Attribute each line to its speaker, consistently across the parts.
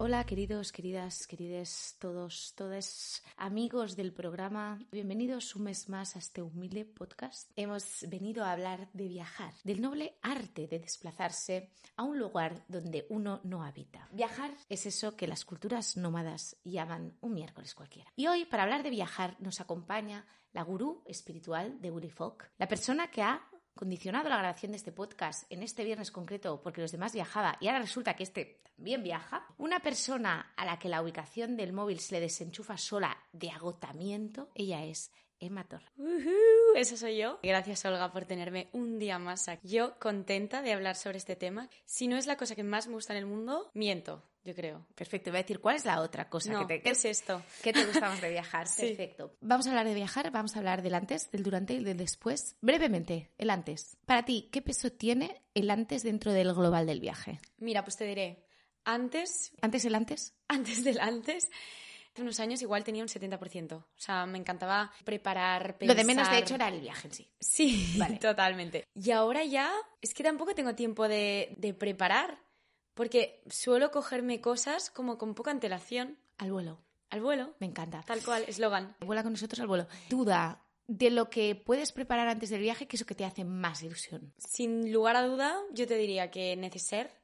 Speaker 1: Hola, queridos, queridas, querides, todos, todos amigos del programa. Bienvenidos un mes más a este humilde podcast. Hemos venido a hablar de viajar, del noble arte de desplazarse a un lugar donde uno no habita. Viajar es eso que las culturas nómadas llaman un miércoles cualquiera. Y hoy, para hablar de viajar, nos acompaña la gurú espiritual de Willy Fogg, la persona que ha condicionado la grabación de este podcast en este viernes concreto porque los demás viajaba y ahora resulta que este también viaja, una persona a la que la ubicación del móvil se le desenchufa sola de agotamiento, ella es Emma Torres.
Speaker 2: Ujú, Eso soy yo. Gracias Olga por tenerme un día más aquí. Yo contenta de hablar sobre este tema. Si no es la cosa que más me gusta en el mundo, miento, yo creo.
Speaker 1: Perfecto, iba a decir, ¿cuál es la otra cosa
Speaker 2: No,
Speaker 1: que te...
Speaker 2: ¿qué es esto?
Speaker 1: ¿Qué te gusta más de viajar?
Speaker 2: Sí.
Speaker 1: Perfecto. Vamos a hablar de viajar, vamos a hablar del antes, del durante y del después. Brevemente, el antes. Para ti, ¿qué peso tiene el antes dentro del global del viaje?
Speaker 2: Mira, pues te diré, antes,
Speaker 1: ¿Antes el antes?
Speaker 2: antes del antes, hace unos años igual tenía un 70%. O sea, me encantaba preparar, pensar...
Speaker 1: Lo de menos, de hecho, era el viaje en sí.
Speaker 2: Sí,
Speaker 1: Vale.
Speaker 2: totalmente. Y ahora ya es que tampoco tengo tiempo de, de preparar, porque suelo cogerme cosas como con poca antelación
Speaker 1: Al vuelo.
Speaker 2: al vuelo.
Speaker 1: Me encanta.
Speaker 2: Tal cual, eslogan.
Speaker 1: Vuela con nosotros al vuelo. Duda de lo que puedes preparar antes del viaje, que es lo que te hace más ilusión.
Speaker 2: Sin lugar a duda, yo te diría que neceser.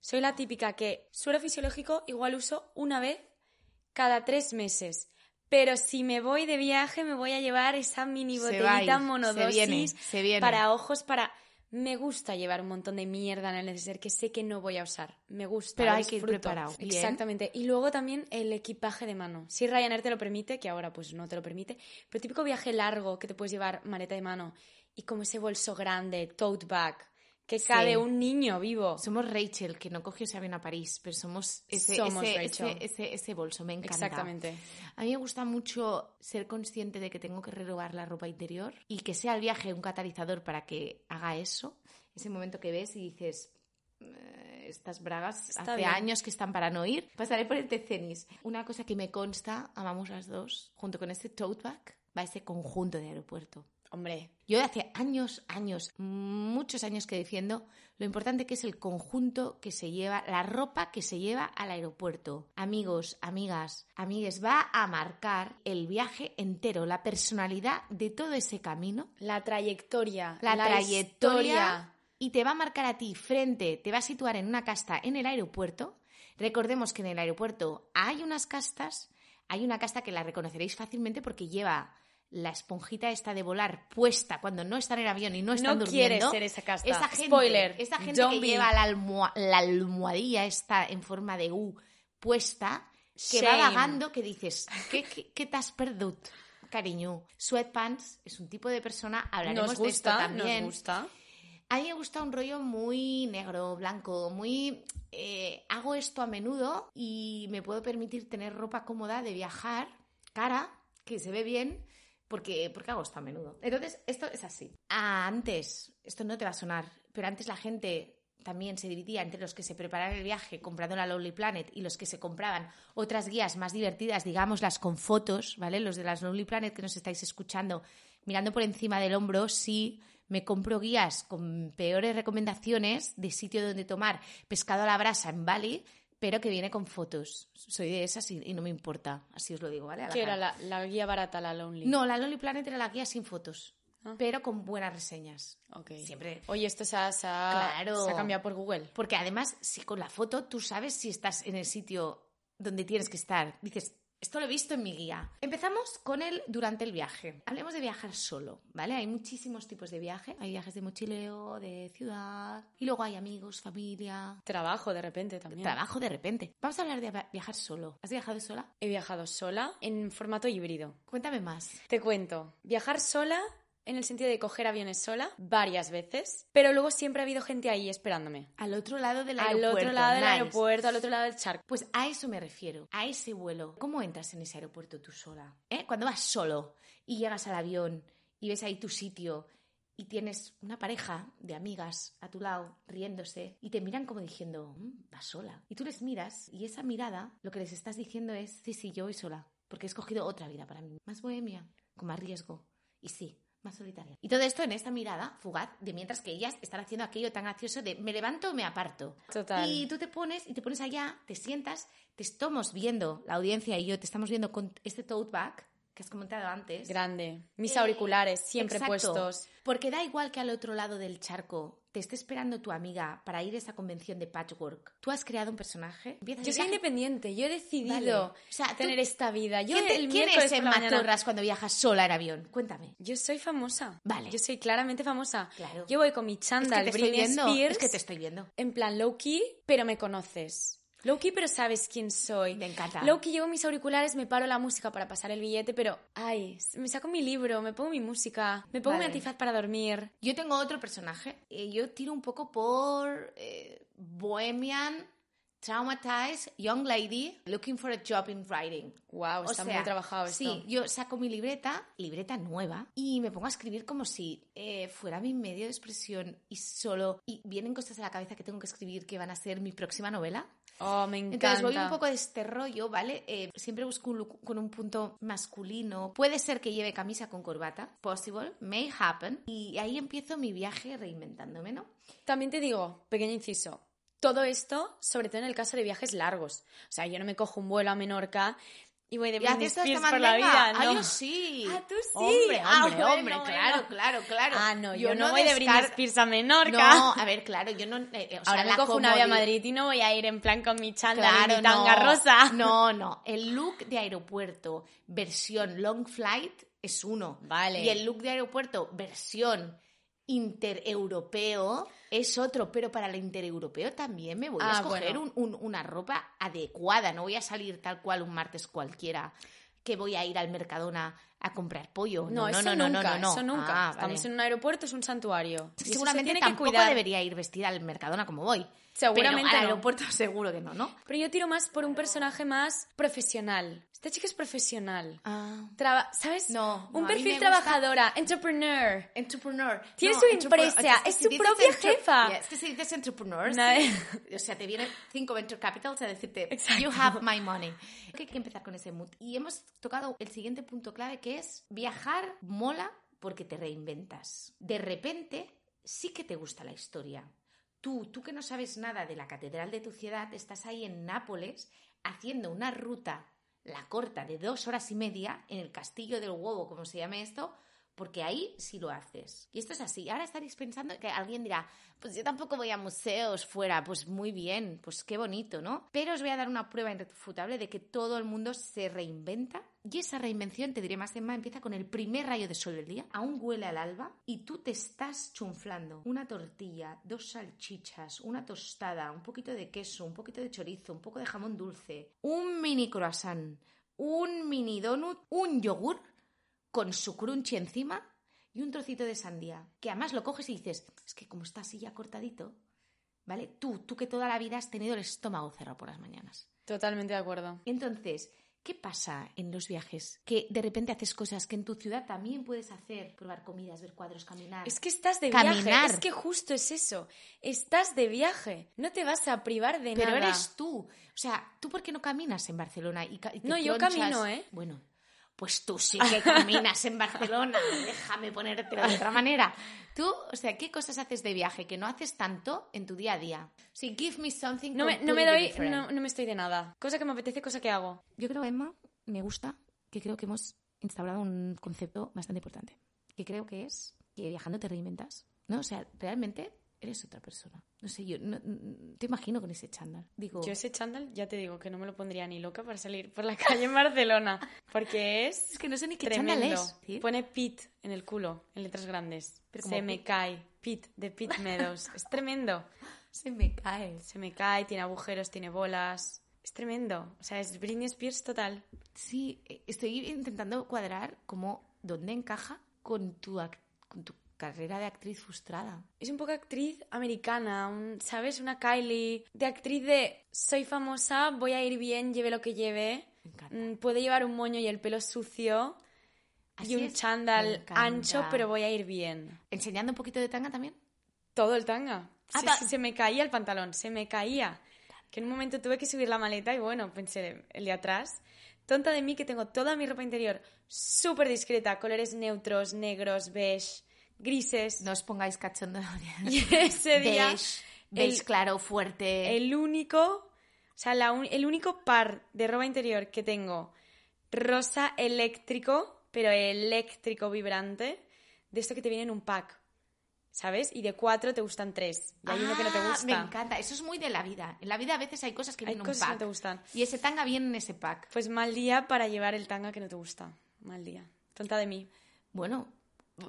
Speaker 2: Soy la típica que suero fisiológico igual uso una vez cada tres meses. Pero si me voy de viaje, me voy a llevar esa mini
Speaker 1: Se va a ir,
Speaker 2: botellita monodosis
Speaker 1: Se viene, se viene.
Speaker 2: para ojos, para... Me gusta llevar un montón de mierda en el neceser que sé que no voy a usar. Me gusta.
Speaker 1: Pero
Speaker 2: lo
Speaker 1: hay que ir
Speaker 2: disfruto.
Speaker 1: preparado. Bien.
Speaker 2: Exactamente. Y luego también el equipaje de mano. Si Ryanair te lo permite, que ahora pues no te lo permite, pero típico viaje largo que te puedes llevar maleta de mano y como ese bolso grande, tote bag, que
Speaker 1: Sí.
Speaker 2: cabe un niño vivo.
Speaker 1: Somos Rachel, que no cogió ese avión a París, pero somos ese,
Speaker 2: Somos
Speaker 1: ese-
Speaker 2: Rachel.
Speaker 1: ese- ese- ese bolso, me encanta.
Speaker 2: Exactamente.
Speaker 1: A mí me gusta mucho ser consciente de que tengo que renovar la ropa interior y que sea el viaje un catalizador para que haga eso. Ese momento que ves y dices, "Eh, estas bragas
Speaker 2: Está
Speaker 1: hace
Speaker 2: bien.
Speaker 1: años que están para no ir. Pasaré por el tecenis. Una cosa que me consta, amamos las dos, junto con este tote bag, va ese conjunto de aeropuerto.
Speaker 2: Hombre,
Speaker 1: Yo de hace años, años, muchos años que defiendo lo importante que es el conjunto que se lleva, la ropa que se lleva al aeropuerto. Amigos, amigas, amigues, va a marcar el viaje entero, la personalidad de todo ese camino,
Speaker 2: la trayectoria.
Speaker 1: la, trayectoria
Speaker 2: historia.
Speaker 1: y te va a marcar a ti frente, te va a situar en una casta en el aeropuerto. Recordemos que en el aeropuerto hay unas castas, hay una casta que la reconoceréis fácilmente porque lleva la esponjita esta de volar puesta cuando no está en el avión y no están
Speaker 2: No quieres
Speaker 1: durmiendo.
Speaker 2: ser esa casta.
Speaker 1: Esa gente,
Speaker 2: Spoiler.
Speaker 1: esa gente que
Speaker 2: Don't be.
Speaker 1: lleva la, almoha- la almohadilla esta en forma de U puesta, que
Speaker 2: Shame.
Speaker 1: va vagando, que dices, ¿qué, qué, qué te has perdido, cariño? Sweatpants es un tipo de persona, hablaremos
Speaker 2: Nos
Speaker 1: de esto
Speaker 2: gusta, nos
Speaker 1: también.
Speaker 2: gusta.
Speaker 1: A mí me gusta un rollo muy negro, blanco, muy... eh, hago esto a menudo y me puedo permitir tener ropa cómoda de viajar, cara, que se ve bien, porque, porque hago esto a menudo. Entonces, esto es así. Ah, antes, esto no te va a sonar, pero antes la gente también se dividía entre los que se preparaban el viaje comprando la Lonely Planet y los que se compraban otras guías más divertidas, digámoslas con fotos, ¿vale? Los de las Lonely Planet que nos estáis escuchando, mirando por encima del hombro, sí, me compro guías con peores recomendaciones de sitio donde tomar pescado a la brasa en Bali, pero que viene con fotos. Soy de esas y, y no me importa, así os lo digo, ¿vale? A la
Speaker 2: Que era
Speaker 1: cara.
Speaker 2: la, la guía barata, la Lonely.
Speaker 1: No, la Lonely Planet era la guía sin fotos,
Speaker 2: Ah.
Speaker 1: pero con buenas reseñas.
Speaker 2: Ok.
Speaker 1: Siempre
Speaker 2: Oye, esto se ha, se ha-
Speaker 1: Claro.
Speaker 2: se ha cambiado por Google.
Speaker 1: Porque además, si con la foto tú sabes si estás en el sitio donde tienes que estar. Dices, esto lo he visto en mi guía. Empezamos con el durante el viaje. Hablemos de viajar solo, ¿vale? Hay muchísimos tipos de viaje. Hay viajes de mochileo, de ciudad, y luego hay amigos, familia,
Speaker 2: Trabajo de repente también.
Speaker 1: trabajo de repente. Vamos a hablar de va- viajar solo. ¿Has viajado sola?
Speaker 2: He viajado sola en formato híbrido.
Speaker 1: Cuéntame más.
Speaker 2: Te cuento, viajar sola en el sentido de coger aviones sola varias veces, pero luego siempre ha habido gente ahí esperándome.
Speaker 1: Al otro lado del
Speaker 2: Al
Speaker 1: aeropuerto.
Speaker 2: otro lado del
Speaker 1: nice.
Speaker 2: aeropuerto, al otro lado del charco.
Speaker 1: Pues a eso me refiero, a ese vuelo. ¿Cómo entras en ese aeropuerto tú sola? ¿Eh? Cuando vas solo y llegas al avión y ves ahí tu sitio y tienes una pareja de amigas a tu lado riéndose y te miran como diciendo, "Mm, vas sola. Y tú les miras y esa mirada lo que les estás diciendo es, sí, sí, yo voy sola, porque he escogido otra vida para mí, más bohemia, con más riesgo. Y sí, más solitaria. Y todo esto en esta mirada fugaz de mientras que ellas están haciendo aquello tan gracioso de me levanto o me aparto.
Speaker 2: Total.
Speaker 1: Y tú te pones y te pones allá, te sientas, te estamos viendo, la audiencia y yo te estamos viendo con este tote bag que has comentado antes.
Speaker 2: Grande. Mis
Speaker 1: Eh,
Speaker 2: auriculares siempre
Speaker 1: Exacto.
Speaker 2: puestos.
Speaker 1: Porque da igual que al otro lado del charco te esté esperando tu amiga para ir a esa convención de patchwork. Tú has creado un personaje. Empiezas
Speaker 2: Yo
Speaker 1: el
Speaker 2: soy
Speaker 1: viaje-
Speaker 2: independiente, yo he
Speaker 1: Vale.
Speaker 2: decidido
Speaker 1: O sea, tú-
Speaker 2: tener esta vida. Yo
Speaker 1: ¿Quién, te-
Speaker 2: el
Speaker 1: quién
Speaker 2: miércoles
Speaker 1: es
Speaker 2: por la
Speaker 1: Emma
Speaker 2: mañana-
Speaker 1: Torras cuando viajas sola en avión? Cuéntame.
Speaker 2: Yo soy famosa.
Speaker 1: Vale.
Speaker 2: Yo soy claramente famosa.
Speaker 1: Claro.
Speaker 2: Yo voy con mi chándal
Speaker 1: es que te estoy
Speaker 2: Britney
Speaker 1: viendo.
Speaker 2: Spears,
Speaker 1: Es que te estoy viendo.
Speaker 2: en plan low key, pero me conoces. Low key, pero sabes quién soy.
Speaker 1: Me encanta.
Speaker 2: Low key, llevo mis auriculares, me paro la música para pasar el billete, pero ay, me saco mi libro, me pongo mi música, me pongo mi
Speaker 1: Vale.
Speaker 2: antifaz para dormir.
Speaker 1: Yo tengo otro personaje. Eh, yo tiro un poco por eh, Bohemian, Traumatized, Young Lady, Looking for a Job in Writing.
Speaker 2: Wow,
Speaker 1: O
Speaker 2: Oh, está
Speaker 1: sea,
Speaker 2: muy trabajado esto.
Speaker 1: Sí, yo saco mi libreta, libreta nueva, y me pongo a escribir como si eh, fuera mi medio de expresión y solo. Y vienen cosas a la cabeza que tengo que escribir que van a ser mi próxima novela.
Speaker 2: Oh, me encanta.
Speaker 1: Entonces voy un poco de este rollo, ¿vale? Eh, siempre busco un look con un punto masculino. Puede ser que lleve camisa con corbata. Possible, may happen. Y ahí empiezo mi viaje reinventándome, ¿no?
Speaker 2: También te digo, pequeño inciso, todo esto, sobre todo en el caso de viajes largos. O sea, yo no me cojo un vuelo a Menorca y voy de
Speaker 1: Y
Speaker 2: Britney
Speaker 1: haces todo
Speaker 2: Spears
Speaker 1: este
Speaker 2: por la vida,
Speaker 1: mandenga. Ah,
Speaker 2: ¿no?
Speaker 1: yo sí.
Speaker 2: Ah, tú sí.
Speaker 1: Hombre,
Speaker 2: Ah,
Speaker 1: hombre,
Speaker 2: bueno,
Speaker 1: hombre.
Speaker 2: bueno.
Speaker 1: Claro, claro, claro.
Speaker 2: Ah, no, yo, no, voy de Britney
Speaker 1: descarto-
Speaker 2: Spears a Menorca.
Speaker 1: No, a ver, claro, yo no. eh, eh, o sea,
Speaker 2: Ahora me
Speaker 1: la
Speaker 2: cojo un ave a
Speaker 1: comodi-
Speaker 2: Madrid y no voy a ir en plan con mi chándal y
Speaker 1: Claro,
Speaker 2: mi tanga
Speaker 1: no.
Speaker 2: rosa.
Speaker 1: No, no. El look de aeropuerto versión long flight es uno.
Speaker 2: Vale.
Speaker 1: Y el look de aeropuerto versión intereuropeo es otro. Pero para el intereuropeo también me voy a
Speaker 2: Ah,
Speaker 1: escoger
Speaker 2: bueno.
Speaker 1: un- un- una ropa adecuada. No voy a salir tal cual un martes cualquiera que voy a ir al Mercadona a comprar pollo. No,
Speaker 2: No,
Speaker 1: no,
Speaker 2: eso
Speaker 1: no, no,
Speaker 2: nunca,
Speaker 1: no, no.
Speaker 2: eso nunca.
Speaker 1: Ah,
Speaker 2: Estamos
Speaker 1: vale.
Speaker 2: en un aeropuerto, es un santuario. Y eso se
Speaker 1: Seguramente
Speaker 2: tiene que
Speaker 1: tampoco
Speaker 2: cuidar.
Speaker 1: debería ir vestida al Mercadona como voy.
Speaker 2: Seguramente
Speaker 1: Pero al
Speaker 2: no.
Speaker 1: aeropuerto seguro que no, ¿no?
Speaker 2: Pero yo tiro más por un personaje más profesional. Esta chica es profesional.
Speaker 1: Ah.
Speaker 2: Traba- ¿Sabes?
Speaker 1: No, no,
Speaker 2: Un
Speaker 1: a mí me
Speaker 2: perfil
Speaker 1: gusta-
Speaker 2: trabajadora, entrepreneur.
Speaker 1: Entrepreneur.
Speaker 2: Tiene
Speaker 1: No,
Speaker 2: su
Speaker 1: entrepreneur-
Speaker 2: empresa,
Speaker 1: que
Speaker 2: es
Speaker 1: si
Speaker 2: su
Speaker 1: dices
Speaker 2: propia
Speaker 1: entre-
Speaker 2: jefa.
Speaker 1: Ya, es que si dices entrepreneur,
Speaker 2: Una
Speaker 1: sí.
Speaker 2: vez-
Speaker 1: o sea, te vienen cinco venture capitals a decirte,
Speaker 2: Exacto.
Speaker 1: you have my money. Creo que hay que empezar con ese mood. Y hemos tocado el siguiente punto clave que es viajar mola porque te reinventas. De repente sí que te gusta la historia. Tú, tú que no sabes nada de la catedral de tu ciudad, estás ahí en Nápoles haciendo una ruta, la corta, de dos horas y media, en el castillo del huevo, como se llame esto, porque ahí sí lo haces. Y esto es así. Ahora estaréis pensando que alguien dirá, pues yo tampoco voy a museos fuera, pues muy bien, pues qué bonito, ¿no? Pero os voy a dar una prueba irrefutable de que todo el mundo se reinventa. Y esa reinvención, te diré más, Emma, empieza con el primer rayo de sol del día, aún huele al alba, y tú te estás chunflando una tortilla, dos salchichas, una tostada, un poquito de queso, un poquito de chorizo, un poco de jamón dulce, un mini croissant, un mini donut, un yogur, con su crunchy encima y un trocito de sandía. Que además lo coges y dices, es que como está así ya cortadito, ¿vale? Tú, tú que toda la vida has tenido el estómago cerrado por las mañanas.
Speaker 2: Totalmente de acuerdo.
Speaker 1: Entonces, ¿qué pasa en los viajes? Que de repente haces cosas que en tu ciudad también puedes hacer. Probar comidas, ver cuadros, caminar.
Speaker 2: Es que estás de viaje.
Speaker 1: Ah. Caminar.
Speaker 2: Es que justo es eso. Estás de viaje. No te vas a privar de
Speaker 1: Pero
Speaker 2: nada.
Speaker 1: eres tú. O sea, ¿tú por qué no caminas en Barcelona? Y ca- y te
Speaker 2: No, yo
Speaker 1: tronchas?
Speaker 2: camino, ¿eh?
Speaker 1: Bueno, pues tú sí que caminas en Barcelona. Déjame ponerte de otra manera. Tú, o sea, ¿qué cosas haces de viaje que no haces tanto en tu día a día? Sí, give me something
Speaker 2: No me, no me
Speaker 1: completely
Speaker 2: doy,
Speaker 1: different.
Speaker 2: no, no me estoy de nada. Cosa que me apetece, cosa que hago.
Speaker 1: Yo creo, Emma, me gusta que creo que hemos instaurado un concepto bastante importante. Que creo que es que viajando te reinventas, ¿no? O sea, realmente eres otra persona. No sé, yo no- no- te imagino con ese chándal. Digo,
Speaker 2: Yo ese chándal, ya te digo, que no me lo pondría ni loca para salir por la calle en Barcelona. Porque es,
Speaker 1: es que no sé ni qué chándal
Speaker 2: tremendo. Pues
Speaker 1: es. ¿sí?
Speaker 2: Pone Pit en el culo, en letras grandes.
Speaker 1: Pero
Speaker 2: Se
Speaker 1: como
Speaker 2: me
Speaker 1: Pete.
Speaker 2: cae. Pit, de Pit Meadows. es tremendo.
Speaker 1: Se me cae.
Speaker 2: Se me cae, tiene agujeros, tiene bolas. Es tremendo. O sea, es Britney Spears total.
Speaker 1: Sí, eh, estoy intentando cuadrar como dónde encaja con tu, ac- con tu carrera de actriz frustrada.
Speaker 2: Es un poco actriz americana, un- ¿sabes? Una Kylie. De actriz de soy famosa, voy a ir bien, lleve lo que lleve.
Speaker 1: Me encanta.
Speaker 2: Mm, Puede llevar un moño y el pelo sucio.
Speaker 1: Así
Speaker 2: y un
Speaker 1: es, me
Speaker 2: chándal
Speaker 1: encanta.
Speaker 2: ancho, pero voy a ir bien.
Speaker 1: ¿Enseñando un poquito de tanga también?
Speaker 2: Todo el tanga.
Speaker 1: Ah,
Speaker 2: Sí,
Speaker 1: ta-
Speaker 2: sí, se me caía el pantalón, se me caía. Que en un momento tuve que subir la maleta y bueno, pensé, el de atrás Tonta de mí que tengo toda mi ropa interior súper discreta, colores neutros, negros, beige, grises.
Speaker 1: No os pongáis cachondo.
Speaker 2: Y ese
Speaker 1: este
Speaker 2: día,
Speaker 1: Beige, beige
Speaker 2: el-
Speaker 1: claro, fuerte.
Speaker 2: el único, o sea, la un- el único par de ropa interior que tengo, rosa eléctrico, pero eléctrico vibrante, de esto que te viene en un pack, ¿sabes? Y de cuatro te gustan tres. Y hay uno que no te
Speaker 1: Ah,
Speaker 2: gusta.
Speaker 1: Me encanta. Eso es muy de la vida. En la vida a veces hay cosas que
Speaker 2: Hay
Speaker 1: vienen en un
Speaker 2: cosas que no
Speaker 1: pack.
Speaker 2: te gustan.
Speaker 1: y ese tanga viene en ese pack.
Speaker 2: Pues mal día para llevar el tanga que no te gusta. Mal día. Tonta de mí.
Speaker 1: Bueno,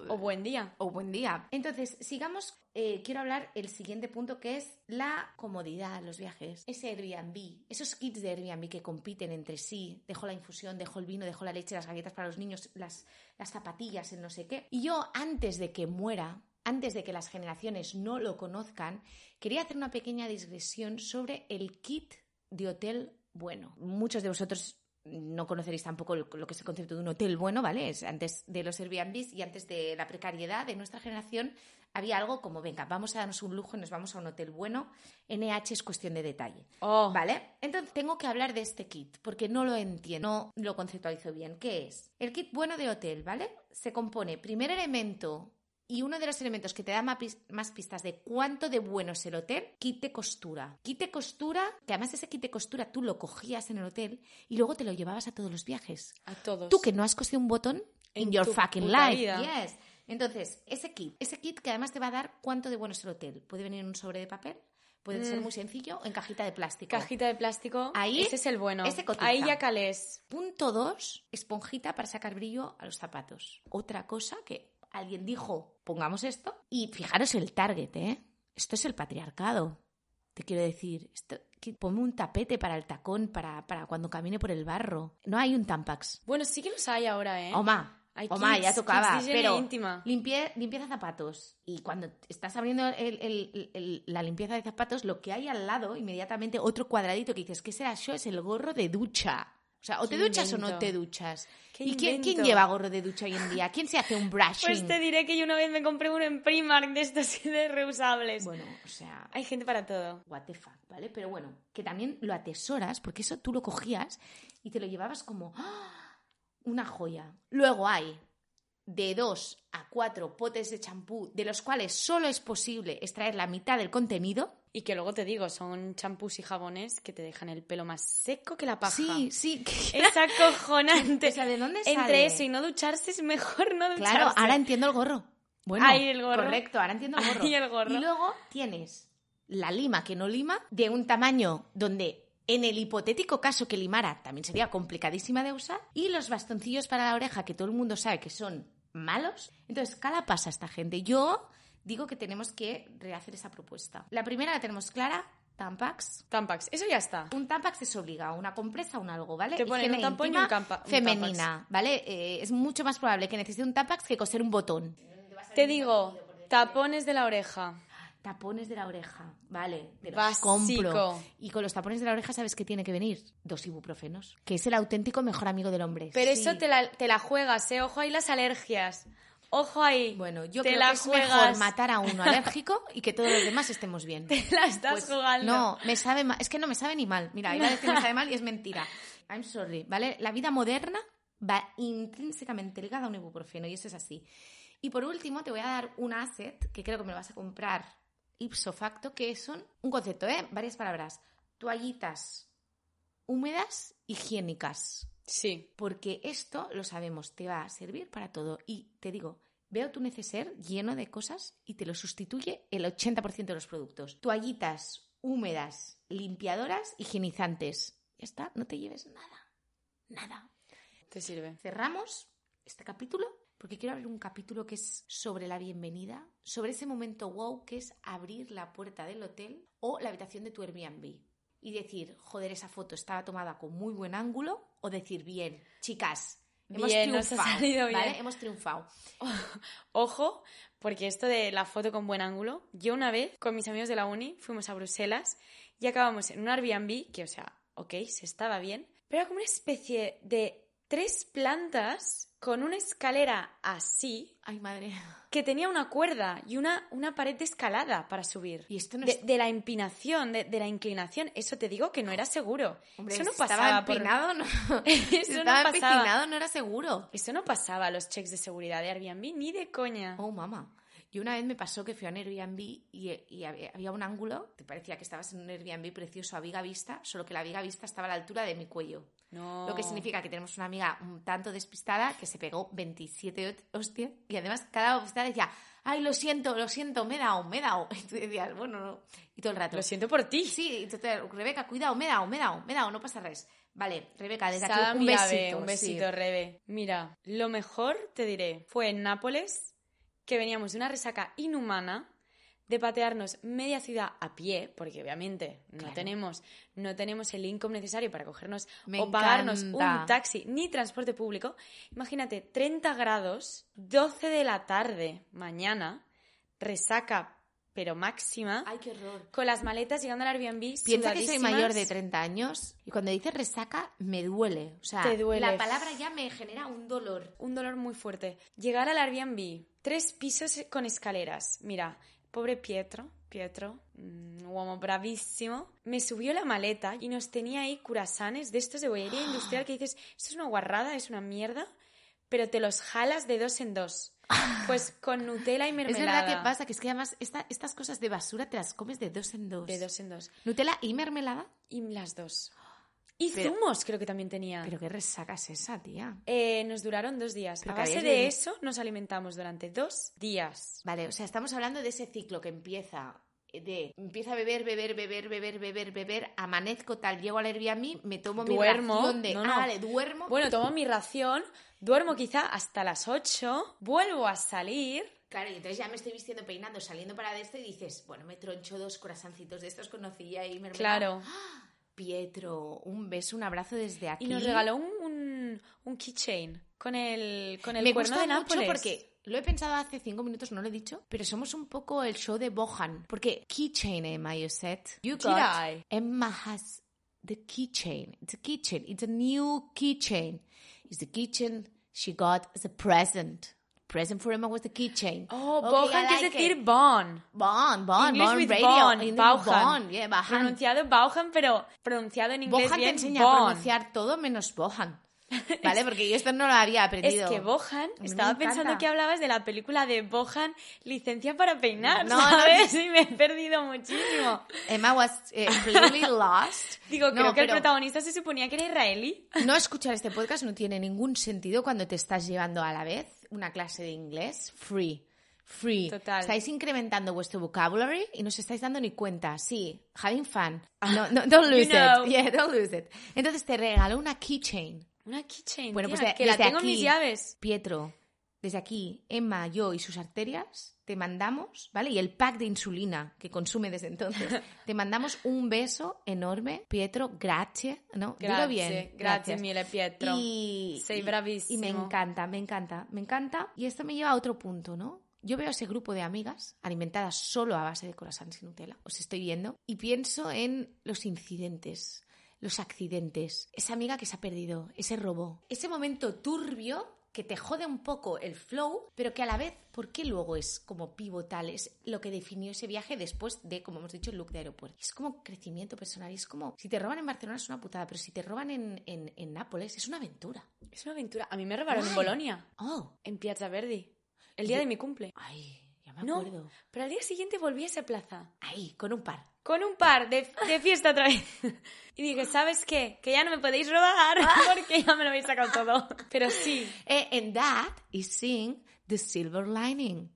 Speaker 2: O buen día.
Speaker 1: o buen día. Entonces, sigamos. eh, quiero hablar el siguiente punto que es la comodidad, los viajes. Ese Airbnb, esos kits de Airbnb que compiten entre sí. Dejo la infusión, dejo el vino, dejo la leche, las galletas para los niños, las, las zapatillas, el no sé qué. Y yo, antes de que muera, antes de que las generaciones no lo conozcan, quería hacer una pequeña digresión sobre el kit de hotel bueno. Muchos de vosotros no conoceréis tampoco lo lo que es el concepto de un hotel bueno, ¿vale? Es antes de los Airbnbs y antes de la precariedad de nuestra generación había algo como, venga, vamos a darnos un lujo y nos vamos a un hotel bueno. NH es cuestión de detalle.
Speaker 2: Oh,
Speaker 1: ¿Vale? Entonces tengo que hablar de este kit porque no lo entiendo, no lo conceptualizo bien. ¿Qué es? El kit bueno de hotel, ¿vale? Se compone primer elemento y uno de los elementos que te da ma- pis- más pistas de cuánto de bueno es el hotel, kit de costura. Kit de costura, que además ese kit de costura tú lo cogías en el hotel y luego te lo llevabas a todos los viajes.
Speaker 2: a todos.
Speaker 1: Tú que no has cosido un botón
Speaker 2: En
Speaker 1: in your
Speaker 2: tu
Speaker 1: fucking
Speaker 2: puta
Speaker 1: life.
Speaker 2: vida.
Speaker 1: Yes. Entonces, ese kit, ese kit que además te va a dar cuánto de bueno es el hotel. Puede venir en un sobre de papel, puede ser
Speaker 2: Mm.
Speaker 1: muy sencillo, o en cajita de plástico.
Speaker 2: Cajita de plástico.
Speaker 1: Ahí,
Speaker 2: Ese es el bueno.
Speaker 1: ese cotiza.
Speaker 2: Ahí ya calés.
Speaker 1: Punto 2, esponjita para sacar brillo a los zapatos. Otra cosa que alguien dijo, pongamos esto, y fijaros el target, ¿eh? Esto es el patriarcado. Te quiero decir, esto, que ponme un tapete para el tacón, para, para cuando camine por el barro. No hay un tampax.
Speaker 2: Bueno, sí que los hay ahora, ¿eh?
Speaker 1: Oma,
Speaker 2: Hay
Speaker 1: Oma,
Speaker 2: kits,
Speaker 1: ya tocaba,
Speaker 2: kits de higiene
Speaker 1: pero
Speaker 2: íntima.
Speaker 1: limpie- limpieza zapatos. Y cuando estás abriendo el- el- el- la limpieza de zapatos, lo que hay al lado, inmediatamente otro cuadradito que dices, ¿qué será eso? Es el gorro de ducha. O sea, o te
Speaker 2: Qué
Speaker 1: duchas o no
Speaker 2: invento.
Speaker 1: te duchas.
Speaker 2: Qué
Speaker 1: ¿Y quién, quién
Speaker 2: invento.
Speaker 1: lleva gorro de ducha hoy en día? ¿Quién se hace un brushing?
Speaker 2: Pues te diré que yo una vez me compré uno en Primark de estos de reusables.
Speaker 1: Bueno, o sea,
Speaker 2: Hay gente para todo.
Speaker 1: what the fuck, ¿vale? Pero bueno, que también lo atesoras, porque eso tú lo cogías y te lo llevabas como ¡ah! una joya. Luego hay de dos a cuatro potes de champú, de los cuales solo es posible extraer la mitad del contenido.
Speaker 2: Y que luego te digo, son champús y jabones que te dejan el pelo más seco que la paja.
Speaker 1: Sí, sí. que-
Speaker 2: Es acojonante.
Speaker 1: o sea, ¿de dónde sale?
Speaker 2: Entre eso y no ducharse es mejor no ducharse.
Speaker 1: Claro, ahora entiendo el gorro. Bueno,
Speaker 2: Ahí el gorro.
Speaker 1: correcto, ahora entiendo el gorro.
Speaker 2: Ahí el gorro.
Speaker 1: Y luego tienes la lima que no lima, de un tamaño donde en el hipotético caso que limara también sería complicadísima de usar, y los bastoncillos para la oreja que todo el mundo sabe que son malos. Entonces, cada pasa esta gente. Yo digo que tenemos que rehacer esa propuesta. La primera la tenemos clara, Tampax.
Speaker 2: Tampax, eso ya está.
Speaker 1: Un Tampax es obligado, una compresa, un algo, ¿vale?
Speaker 2: Te ponen un
Speaker 1: Higiene
Speaker 2: tampón y
Speaker 1: íntima
Speaker 2: un campa- un
Speaker 1: femenina, ¿vale? Eh, es mucho más probable que necesite un Tampax que coser un botón.
Speaker 2: Te digo, tapones de la oreja.
Speaker 1: Tapones de la oreja, vale, te los
Speaker 2: Básico.
Speaker 1: compro. Y con los tapones de la oreja, ¿sabes qué tiene que venir? Dos ibuprofenos, que es el auténtico mejor amigo del hombre.
Speaker 2: Pero
Speaker 1: Sí.
Speaker 2: eso te la, te la juegas, ¿eh? Ojo ahí las alergias. Ojo ahí.
Speaker 1: Bueno, yo
Speaker 2: te
Speaker 1: creo
Speaker 2: la
Speaker 1: que es mejor
Speaker 2: juegas.
Speaker 1: matar a uno alérgico y que todos los demás estemos bien.
Speaker 2: Te la estás
Speaker 1: Pues,
Speaker 2: jugando.
Speaker 1: No, me sabe mal. Es que no me sabe ni mal. Mira, iba a decir me sabe mal y es mentira. I'm sorry, ¿vale? La vida moderna va intrínsecamente ligada a un ibuprofeno y eso es así. Y por último, te voy a dar un asset que creo que me lo vas a comprar ipso facto, que son un concepto, ¿eh? Varias palabras. Toallitas húmedas, higiénicas.
Speaker 2: Sí.
Speaker 1: Porque esto, lo sabemos, te va a servir para todo. Y te digo, veo tu neceser lleno de cosas y te lo sustituye el 80% de los productos. Toallitas húmedas, limpiadoras, higienizantes. Ya está, no te lleves nada. Nada.
Speaker 2: Te sirve.
Speaker 1: Cerramos este capítulo porque quiero abrir un capítulo que es sobre la bienvenida, sobre ese momento wow que es abrir la puerta del hotel o la habitación de tu Airbnb y decir, joder, esa foto estaba tomada con muy buen ángulo o decir, bien, chicas, hemos
Speaker 2: Bien, nos ha
Speaker 1: triunfado,
Speaker 2: salido bien.
Speaker 1: ¿vale? Hemos triunfado.
Speaker 2: Ojo, porque esto de la foto con buen ángulo, yo una vez con mis amigos de la uni fuimos a Bruselas y acabamos en un Airbnb que, o sea, ok, se estaba bien, pero era como una especie de tres plantas con una escalera así
Speaker 1: Ay, madre.
Speaker 2: que tenía una cuerda y una, una pared de escalada para subir.
Speaker 1: Y esto no
Speaker 2: de,
Speaker 1: es...
Speaker 2: de la empinación, de, de la inclinación, eso te digo que no era seguro.
Speaker 1: Hombre,
Speaker 2: eso no
Speaker 1: si estaba
Speaker 2: pasaba por-
Speaker 1: empinado, no.
Speaker 2: Eso
Speaker 1: si
Speaker 2: no
Speaker 1: estaba
Speaker 2: pasaba.
Speaker 1: empinado, no era seguro.
Speaker 2: Eso no pasaba a los checks de seguridad de Airbnb ni de coña.
Speaker 1: Oh, mamá. Yo una vez me pasó que fui a un Airbnb y, y había, había un ángulo, te parecía que estabas en un Airbnb precioso a viga vista, solo que la viga vista estaba a la altura de mi cuello.
Speaker 2: No.
Speaker 1: Lo que significa que tenemos una amiga un tanto despistada que se pegó 27 hot- hostias y además cada hostia decía, ay, lo siento, lo siento, me he dado, me he dado. Y tú decías, bueno, no. Y todo el rato.
Speaker 2: Lo siento por ti.
Speaker 1: Sí, y tú te- Rebeca, cuidado, me he dado, me he dado, me he dado, no pasa res. Vale, Rebeca, desde
Speaker 2: Sada,
Speaker 1: aquí un
Speaker 2: mira,
Speaker 1: besito.
Speaker 2: ve, un
Speaker 1: sí.
Speaker 2: besito, Rebe. Mira, lo mejor, te diré, fue en Nápoles, que veníamos de una resaca inhumana, de patearnos media ciudad a pie, porque obviamente no,
Speaker 1: Claro.
Speaker 2: tenemos, no tenemos el income necesario para cogernos
Speaker 1: Me
Speaker 2: o pagarnos
Speaker 1: encanta.
Speaker 2: un taxi ni transporte público. Imagínate, 30 grados, 12 de la tarde, mañana, resaca, pero máxima,
Speaker 1: Ay, qué horror.
Speaker 2: con las maletas llegando al Airbnb.
Speaker 1: Piensa que soy mayor de
Speaker 2: sudadísimas.
Speaker 1: 30 años y cuando dices resaca me duele. O sea,
Speaker 2: Te duele.
Speaker 1: la palabra ya me genera un dolor.
Speaker 2: un dolor muy fuerte. Llegar al Airbnb, tres pisos con escaleras. Mira, pobre Pietro, Pietro, un uomo bravísimo, me subió la maleta y nos tenía ahí curasanes de estos de bollería industrial que dices, esto es una guarrada, es una mierda, pero te los jalas de dos en dos. Pues con Nutella y
Speaker 1: Es
Speaker 2: mermelada.
Speaker 1: verdad que pasa, que es que además esta- estas cosas de basura te las comes de dos en dos.
Speaker 2: De dos en dos.
Speaker 1: Nutella y mermelada.
Speaker 2: Y las dos. Y
Speaker 1: Pero-
Speaker 2: zumos creo que también tenía.
Speaker 1: Pero qué resacas esa, tía.
Speaker 2: Eh, nos duraron dos días.
Speaker 1: Pero
Speaker 2: A
Speaker 1: que
Speaker 2: base
Speaker 1: habías
Speaker 2: de
Speaker 1: venido-
Speaker 2: eso nos alimentamos durante dos días.
Speaker 1: Vale, o sea, estamos hablando de ese ciclo que empieza eh, de empieza a beber, beber, beber, beber, beber, beber, amanezco tal, llego al Airbnb, me tomo
Speaker 2: Duermo.
Speaker 1: mi ración de,
Speaker 2: No, no.
Speaker 1: ah, vale, duermo.
Speaker 2: Bueno, tomo mi ración, duermo quizá hasta las 8, vuelvo a salir.
Speaker 1: Claro, y entonces ya me estoy vistiendo, peinando, saliendo para de esto y dices, bueno, me troncho dos corazoncitos de estos conocí ahí, mermelada.
Speaker 2: Claro.
Speaker 1: Ah, Pietro, un beso, un abrazo desde aquí.
Speaker 2: Y nos regaló un, un, un keychain con el, con el
Speaker 1: me
Speaker 2: cuerno
Speaker 1: gusta
Speaker 2: de
Speaker 1: mucho
Speaker 2: Nápoles.
Speaker 1: porque lo he pensado hace cinco minutos, no lo he dicho, pero somos un poco el show de Bohan, porque keychain eh, Emma, you said you
Speaker 2: Did
Speaker 1: got
Speaker 2: I?
Speaker 1: Emma has the keychain. It's a keychain. It's a new keychain. It's the keychain she got as a present. Present for Emma was the keychain.
Speaker 2: Oh,
Speaker 1: Okay,
Speaker 2: Bohan,
Speaker 1: I
Speaker 2: que es
Speaker 1: like
Speaker 2: decir
Speaker 1: it.
Speaker 2: Bon.
Speaker 1: Bon, Bon,
Speaker 2: English
Speaker 1: Bon
Speaker 2: with
Speaker 1: Radio.
Speaker 2: Bon,
Speaker 1: English
Speaker 2: Bauhan.
Speaker 1: Bon, yeah, Bohan.
Speaker 2: Pronunciado Bauhan, pero pronunciado en inglés
Speaker 1: Bohan te
Speaker 2: bien
Speaker 1: enseña
Speaker 2: Bon.
Speaker 1: a pronunciar todo menos Bohan. ¿Vale? Porque yo esto no lo había
Speaker 2: Es
Speaker 1: aprendido.
Speaker 2: que Bohan,
Speaker 1: me
Speaker 2: estaba
Speaker 1: encanta.
Speaker 2: pensando que hablabas de la película de Bohan, Licencia para peinar,
Speaker 1: No, no.
Speaker 2: ¿sabes? Y me he perdido muchísimo.
Speaker 1: Emma was eh, really lost.
Speaker 2: Digo,
Speaker 1: No,
Speaker 2: creo que el
Speaker 1: pero
Speaker 2: protagonista se suponía que era israelí.
Speaker 1: No escuchar este podcast no tiene ningún sentido cuando te estás llevando a la vez una clase de inglés free. Free.
Speaker 2: Total.
Speaker 1: Estáis incrementando vuestro vocabulary y no os estáis dando ni cuenta. Sí, having fun. No, no, don't lose
Speaker 2: know.
Speaker 1: it. Yeah, don't lose it. Entonces te regaló una keychain.
Speaker 2: Una keychain.
Speaker 1: Bueno,
Speaker 2: tía,
Speaker 1: pues de-
Speaker 2: que la
Speaker 1: desde
Speaker 2: tengo en
Speaker 1: aquí-
Speaker 2: mis llaves.
Speaker 1: Pietro, desde aquí, Emma, yo y sus arterias, te mandamos, ¿vale? Y el pack de insulina que consume desde entonces. Te mandamos un beso enorme. Pietro, grazie, ¿no? Dilo bien.
Speaker 2: Grazie, grazie
Speaker 1: Gracias.
Speaker 2: mille Pietro.
Speaker 1: Y,
Speaker 2: Sei
Speaker 1: y- Y
Speaker 2: bravissimo.
Speaker 1: me encanta, me encanta, me encanta. Y esto me lleva a otro punto, ¿no? Yo veo ese grupo de amigas alimentadas solo a base de croissants y Nutella, os estoy viendo, y pienso en los incidentes, los accidentes, esa amiga que se ha perdido, ese robo, ese momento turbio que te jode un poco el flow, pero que a la vez, ¿por qué luego es como pivotal? Es lo que definió ese viaje después de, como hemos dicho, el look de aeropuerto. Es como crecimiento personal, y es como, si te roban en Barcelona es una putada, pero si te roban en, en, en Nápoles es una aventura.
Speaker 2: Es una aventura. A mí me robaron en
Speaker 1: Guay.
Speaker 2: Bolonia,
Speaker 1: Oh,
Speaker 2: en Piazza Verdi, el día
Speaker 1: Yo-
Speaker 2: de mi cumple.
Speaker 1: ay, ya me
Speaker 2: No,
Speaker 1: acuerdo.
Speaker 2: pero al día siguiente volví a esa plaza.
Speaker 1: Ahí, con un par.
Speaker 2: Con un par de, de fiesta otra vez. Y dije, ¿sabes qué? Que ya no me podéis robar porque ya me lo habéis sacado todo. Pero sí.
Speaker 1: Eh, and that is seeing the silver lining.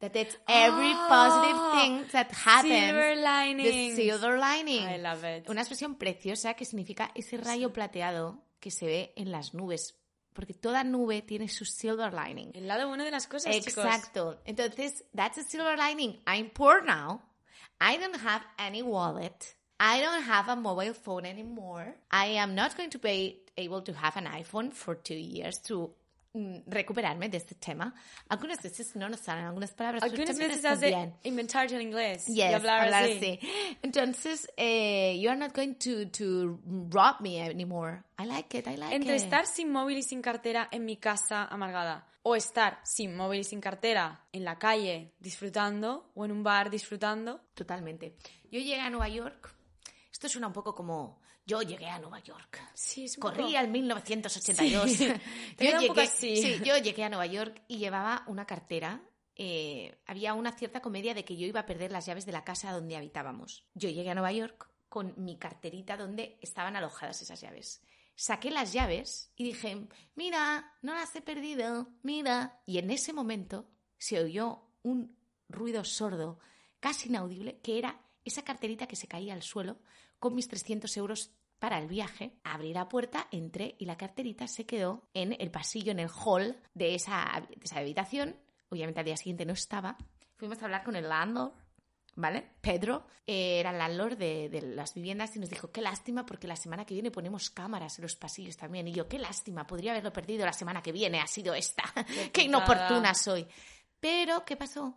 Speaker 1: That it's every
Speaker 2: Ah,
Speaker 1: positive thing that happens.
Speaker 2: Silver lining.
Speaker 1: The silver lining.
Speaker 2: I love it.
Speaker 1: Una expresión preciosa que significa ese rayo plateado que se ve en las nubes. Porque toda nube tiene su silver lining.
Speaker 2: El lado bueno de las cosas, chicos.
Speaker 1: Exacto. Entonces, that's a silver lining. I'm poor now. I don't have any wallet. I don't have a mobile phone anymore. I am not going to be able to have an iPhone for two years to mm, recuperarme de este tema. Algunas veces no nos salen algunas palabras. pero
Speaker 2: Algunas
Speaker 1: también
Speaker 2: veces
Speaker 1: está
Speaker 2: has de
Speaker 1: bien.
Speaker 2: inventarte el inglés
Speaker 1: Yes,
Speaker 2: y hablar, así.
Speaker 1: Entonces, eh, you are not going to, to rob me anymore. I like it, I like
Speaker 2: Entre
Speaker 1: it.
Speaker 2: estar sin móvil y sin cartera en mi casa amargada o estar sin móvil y sin cartera en la calle disfrutando o en un bar disfrutando.
Speaker 1: Totalmente. Yo llegué a Nueva York. Esto suena un poco como yo llegué a Nueva York.
Speaker 2: Sí, es un poco-
Speaker 1: Corría al 1982.
Speaker 2: Sí.
Speaker 1: yo,
Speaker 2: Te queda un poco
Speaker 1: llegué,
Speaker 2: así.
Speaker 1: sí, yo llegué a Nueva York y llevaba una cartera. Eh, había una cierta comedia de que yo iba a perder las llaves de la casa donde habitábamos. Yo llegué a Nueva York con mi carterita donde estaban alojadas esas llaves. Saqué las llaves y dije, mira, no las he perdido, mira. Y en ese momento se oyó un ruido sordo, casi inaudible, que era esa carterita que se caía al suelo con mis 300 euros para el viaje. Abrí la puerta, entré y la carterita se quedó en el pasillo, en el hall de esa, de esa habitación. Obviamente al día siguiente no estaba. Fuimos a hablar con el landlord, ¿vale? Pedro eh, era el landlord de, de las viviendas y nos dijo, qué lástima porque la semana que viene ponemos cámaras en los pasillos también. Y yo, qué lástima, podría haberlo perdido la semana que viene, ha sido esta. qué inoportuna soy. Pero, ¿qué pasó?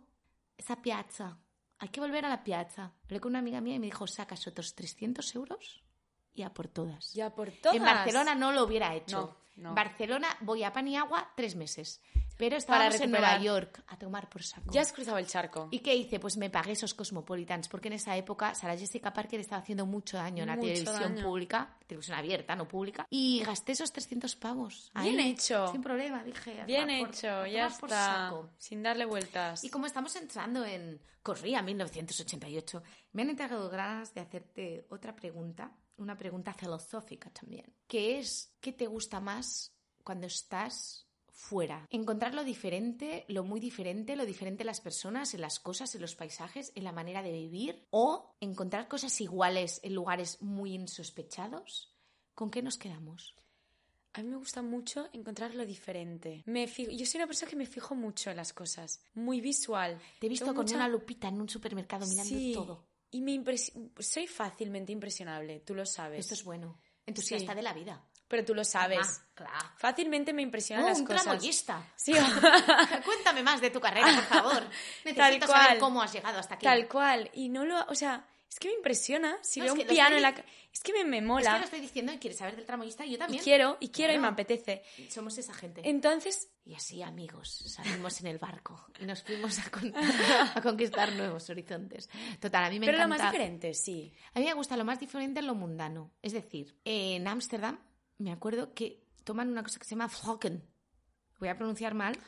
Speaker 1: Esa piazza. Hay que volver a la piazza. Hablé con una amiga mía y me dijo, sacas otros 300 euros y a por todas.
Speaker 2: Ya por todas.
Speaker 1: En Barcelona no lo hubiera hecho.
Speaker 2: No, no.
Speaker 1: Barcelona voy a Paniagua tres meses. Pero
Speaker 2: Para
Speaker 1: estábamos en Nueva
Speaker 2: recuperar.
Speaker 1: York a tomar por saco.
Speaker 2: Ya has cruzado el charco.
Speaker 1: ¿Y qué hice? Pues me pagué esos Cosmopolitans, porque en esa época Sara Jessica Parker estaba haciendo mucho daño en la
Speaker 2: Mucho
Speaker 1: televisión
Speaker 2: daño.
Speaker 1: pública, televisión abierta, no pública, y gasté esos 300 pavos. ahí,
Speaker 2: Bien hecho.
Speaker 1: Sin problema, dije. a
Speaker 2: Bien
Speaker 1: tomar por-
Speaker 2: hecho,
Speaker 1: a
Speaker 2: ya
Speaker 1: tomar por
Speaker 2: está.
Speaker 1: saco.
Speaker 2: Sin darle vueltas.
Speaker 1: Y como estamos entrando en Corría 1988, me han entregado ganas de hacerte otra pregunta, una pregunta filosófica también, que es ¿qué te gusta más cuando estás fuera? Encontrar lo diferente, lo muy diferente, lo diferente en las personas, en las cosas, en los paisajes, en la manera de vivir, o encontrar cosas iguales en lugares muy insospechados. ¿Con qué nos quedamos?
Speaker 2: A mí me gusta mucho encontrar lo diferente. Me fijo- yo soy una persona que me fijo mucho en las cosas. Muy visual.
Speaker 1: Te he visto
Speaker 2: Tengo
Speaker 1: con
Speaker 2: mucha-
Speaker 1: una lupita en un supermercado mirando
Speaker 2: Sí,
Speaker 1: todo.
Speaker 2: Y me impresi- soy fácilmente impresionable, tú lo sabes.
Speaker 1: Esto es bueno. Pues Entusiasta
Speaker 2: Sí.
Speaker 1: de la vida.
Speaker 2: Pero tú lo sabes.
Speaker 1: Ah, claro.
Speaker 2: Fácilmente me impresionan
Speaker 1: Oh,
Speaker 2: las
Speaker 1: un
Speaker 2: cosas.
Speaker 1: tramoyista.
Speaker 2: Sí,
Speaker 1: Cuéntame más de tu carrera, por favor. Necesito
Speaker 2: Tal cual.
Speaker 1: saber cómo has llegado hasta aquí.
Speaker 2: tal cual. Y no lo, o sea, es que me impresiona si
Speaker 1: No,
Speaker 2: veo
Speaker 1: es que
Speaker 2: un
Speaker 1: lo estoy
Speaker 2: piano en la ca- es que me, me
Speaker 1: Es que
Speaker 2: mola
Speaker 1: lo estoy diciendo y quieres saber del tramoyista, yo
Speaker 2: y
Speaker 1: también.
Speaker 2: quiero y quiero y me
Speaker 1: Claro.
Speaker 2: apetece.
Speaker 1: Somos esa gente.
Speaker 2: Entonces,
Speaker 1: Y así, amigos, salimos en el barco y nos fuimos a, con- a conquistar nuevos horizontes. Total, a mí me
Speaker 2: pero lo
Speaker 1: encanta...
Speaker 2: más diferente, sí.
Speaker 1: A mí me gusta lo más diferente en lo mundano. Es decir, en Ámsterdam me acuerdo que toman una cosa que se llama vlogen. Voy a pronunciar mal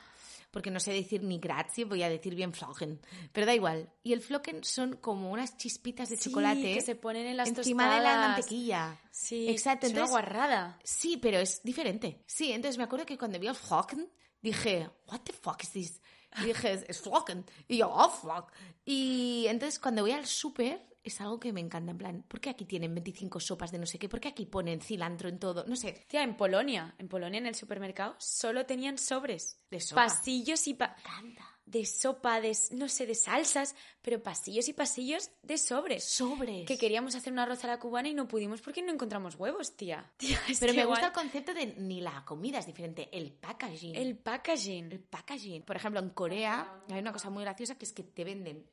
Speaker 1: porque no sé decir ni grazie, voy a decir bien vlogen. Pero da igual. Y el vlogen son como unas chispitas de
Speaker 2: Sí,
Speaker 1: chocolate
Speaker 2: que se ponen en las
Speaker 1: encima de la
Speaker 2: tostadas.
Speaker 1: mantequilla.
Speaker 2: Sí.
Speaker 1: Exacto,
Speaker 2: es una
Speaker 1: entonces-
Speaker 2: guarrada.
Speaker 1: Sí, pero es diferente. Sí, entonces me acuerdo que cuando vi el Flocken dije, what the fuck is this? Y dije, es, es Flocken. Y yo, oh, fuck. Y entonces cuando voy al súper es algo que me encanta, en plan, ¿por qué aquí tienen 25 sopas de no sé qué? ¿Por qué aquí ponen cilantro en todo? No sé.
Speaker 2: Tía, en Polonia, en Polonia en el supermercado solo tenían sobres
Speaker 1: De sopa.
Speaker 2: pasillos y pa-
Speaker 1: Me encanta.
Speaker 2: de sopa, de s- no sé, de salsas, pero pasillos y pasillos de sobres.
Speaker 1: Sobres.
Speaker 2: Que queríamos hacer una arroz a la cubana y no pudimos porque no encontramos huevos, tía. Tía, es
Speaker 1: pero
Speaker 2: que
Speaker 1: me
Speaker 2: igual-
Speaker 1: gusta el concepto de ni la comida es diferente, el packaging.
Speaker 2: el packaging.
Speaker 1: el packaging. Por ejemplo, en Corea hay una cosa muy graciosa que es que te venden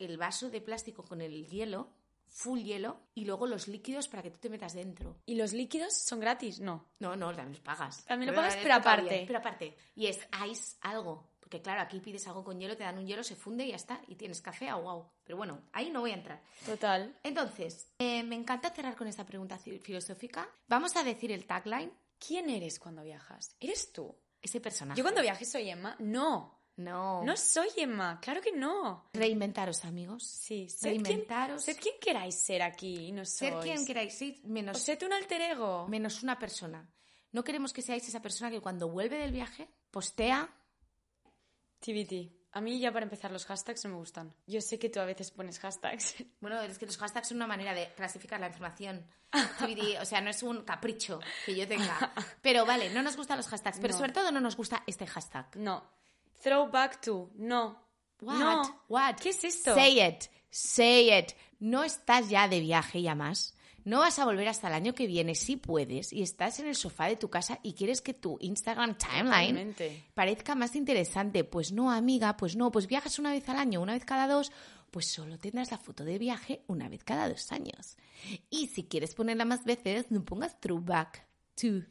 Speaker 1: el vaso de plástico con el hielo, full hielo, y luego los líquidos para que tú te metas dentro.
Speaker 2: ¿Y los líquidos son gratis? No.
Speaker 1: No, no, también los pagas.
Speaker 2: También lo pagas, pero
Speaker 1: esto está
Speaker 2: aparte.
Speaker 1: bien, Pero aparte. Y es ice algo. Porque claro, aquí pides algo con hielo, te dan un hielo, se funde y ya está. Y tienes café, au, au. Pero bueno, ahí no voy a entrar.
Speaker 2: Total.
Speaker 1: Entonces, eh, me encanta cerrar con esta pregunta ci- filosófica. Vamos a decir el tagline.
Speaker 2: ¿Quién eres cuando viajas? ¿Eres tú?
Speaker 1: Ese personaje.
Speaker 2: ¿Yo cuando viaje soy Emma? No.
Speaker 1: No.
Speaker 2: No soy Emma. Claro que no.
Speaker 1: Reinventaros, amigos.
Speaker 2: Sí, sed quien,
Speaker 1: Reinventaros.
Speaker 2: sed quien queráis ser aquí y no sois.
Speaker 1: Ser quien queráis ser,
Speaker 2: O
Speaker 1: menos
Speaker 2: sed un alter ego.
Speaker 1: menos una persona. No queremos que seáis esa persona que cuando vuelve del viaje postea.
Speaker 2: TBT. A mí ya para empezar los hashtags no me gustan. Yo sé que tú a veces pones hashtags.
Speaker 1: Bueno, es que los hashtags son una manera de clasificar la información. TBD, o sea, no es un capricho que yo tenga. Pero vale, no nos gustan los hashtags, pero
Speaker 2: No.
Speaker 1: sobre todo no nos gusta este hashtag.
Speaker 2: No. Throwback to. No.
Speaker 1: What?
Speaker 2: No.
Speaker 1: What?
Speaker 2: ¿Qué es esto?
Speaker 1: Say it. Say it. No estás ya de viaje ya más. No vas a volver hasta el año que viene, si puedes, y estás en el sofá de tu casa y quieres que tu Instagram timeline
Speaker 2: Totalmente.
Speaker 1: parezca más interesante. Pues no, amiga, pues no, pues viajas una vez al año, una vez cada dos, pues solo tendrás la foto de viaje una vez cada dos años. Y si quieres ponerla más veces, no pongas throwback to.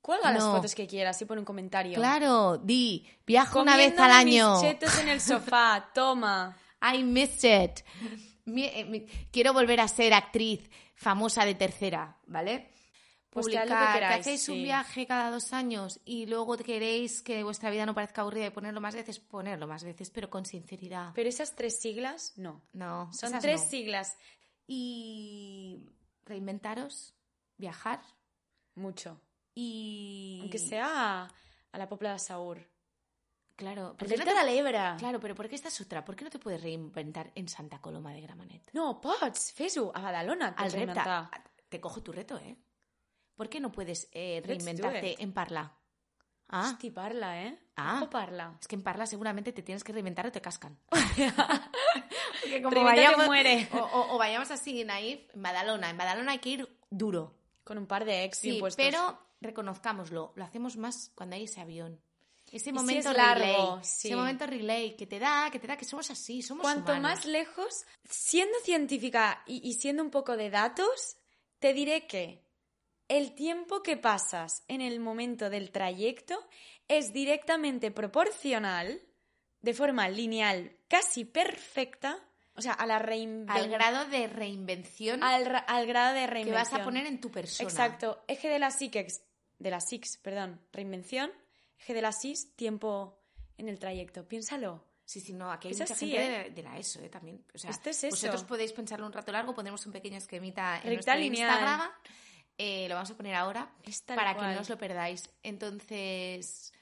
Speaker 2: Cuelga las
Speaker 1: No.
Speaker 2: fotos que quieras y pon un comentario.
Speaker 1: Claro, di, viajo una vez al
Speaker 2: Comiéndome
Speaker 1: año.
Speaker 2: Mis chetos en el sofá, toma.
Speaker 1: I missed it. Mi- eh, mi- quiero volver a ser actriz famosa de tercera, ¿vale?
Speaker 2: Pues que haz lo que queráis,
Speaker 1: hacéis un
Speaker 2: sí.
Speaker 1: viaje cada dos años y luego queréis que vuestra vida no parezca aburrida y ponerlo más veces, ponerlo más veces, pero con sinceridad.
Speaker 2: Pero esas tres siglas, no.
Speaker 1: no,
Speaker 2: Son
Speaker 1: esas
Speaker 2: tres
Speaker 1: no.
Speaker 2: siglas.
Speaker 1: Y reinventaros, viajar
Speaker 2: Mucho.
Speaker 1: y...
Speaker 2: Aunque sea a la Popla de Saur.
Speaker 1: Claro,
Speaker 2: Al
Speaker 1: porque no
Speaker 2: Delta
Speaker 1: te-
Speaker 2: de la Lebra.
Speaker 1: claro, pero ¿por qué esta es otra? ¿Por qué no te puedes reinventar en Santa Coloma de Gramenet?
Speaker 2: No, pots, fes-ho, a Badalona.
Speaker 1: al
Speaker 2: Al
Speaker 1: repta. Te cojo tu reto, ¿eh? ¿Por qué no puedes eh,
Speaker 2: Let's do it.
Speaker 1: reinventarte en Parla? Ah,
Speaker 2: Hosti, parla, eh?
Speaker 1: Ah.
Speaker 2: Ojo, parla.
Speaker 1: es que en Parla seguramente te tienes que reinventar o te cascan. Porque
Speaker 2: Reinvéntate, muere.
Speaker 1: O, o- o vayamos así en ahí, en Badalona. En Badalona hay que ir duro.
Speaker 2: Con un par de ex
Speaker 1: Sí,
Speaker 2: bien puestos.
Speaker 1: pero reconozcámoslo. Lo hacemos más cuando hay ese avión. Ese
Speaker 2: Y si
Speaker 1: momento
Speaker 2: es largo,
Speaker 1: relay.
Speaker 2: sí.
Speaker 1: Ese momento relay que te da, que te da que somos así, somos
Speaker 2: Cuanto
Speaker 1: humanos.
Speaker 2: más lejos, siendo científica y, y siendo un poco de datos, te diré que el tiempo que pasas en el momento del trayecto es directamente proporcional, de forma lineal, casi perfecta, o sea, a la reinven-
Speaker 1: Al grado de reinvención
Speaker 2: al, ra- al grado de
Speaker 1: que
Speaker 2: reinvención.
Speaker 1: vas a poner en tu persona.
Speaker 2: Exacto, eje de la psiquex, de la six, perdón, reinvención, eje de la sis, tiempo en el trayecto. Piénsalo.
Speaker 1: Sí, sí, no, aquí hay
Speaker 2: Es
Speaker 1: mucha
Speaker 2: así,
Speaker 1: gente
Speaker 2: ¿eh?
Speaker 1: de, de la ESO, ¿eh? También. O sea,
Speaker 2: Esto es eso.
Speaker 1: Vosotros podéis pensarlo un rato largo, pondremos un pequeño esquemita en
Speaker 2: Recta
Speaker 1: nuestro
Speaker 2: lineal.
Speaker 1: Instagram. eh, lo vamos a poner ahora
Speaker 2: Es tal
Speaker 1: para
Speaker 2: cual.
Speaker 1: que no os lo perdáis. Entonces,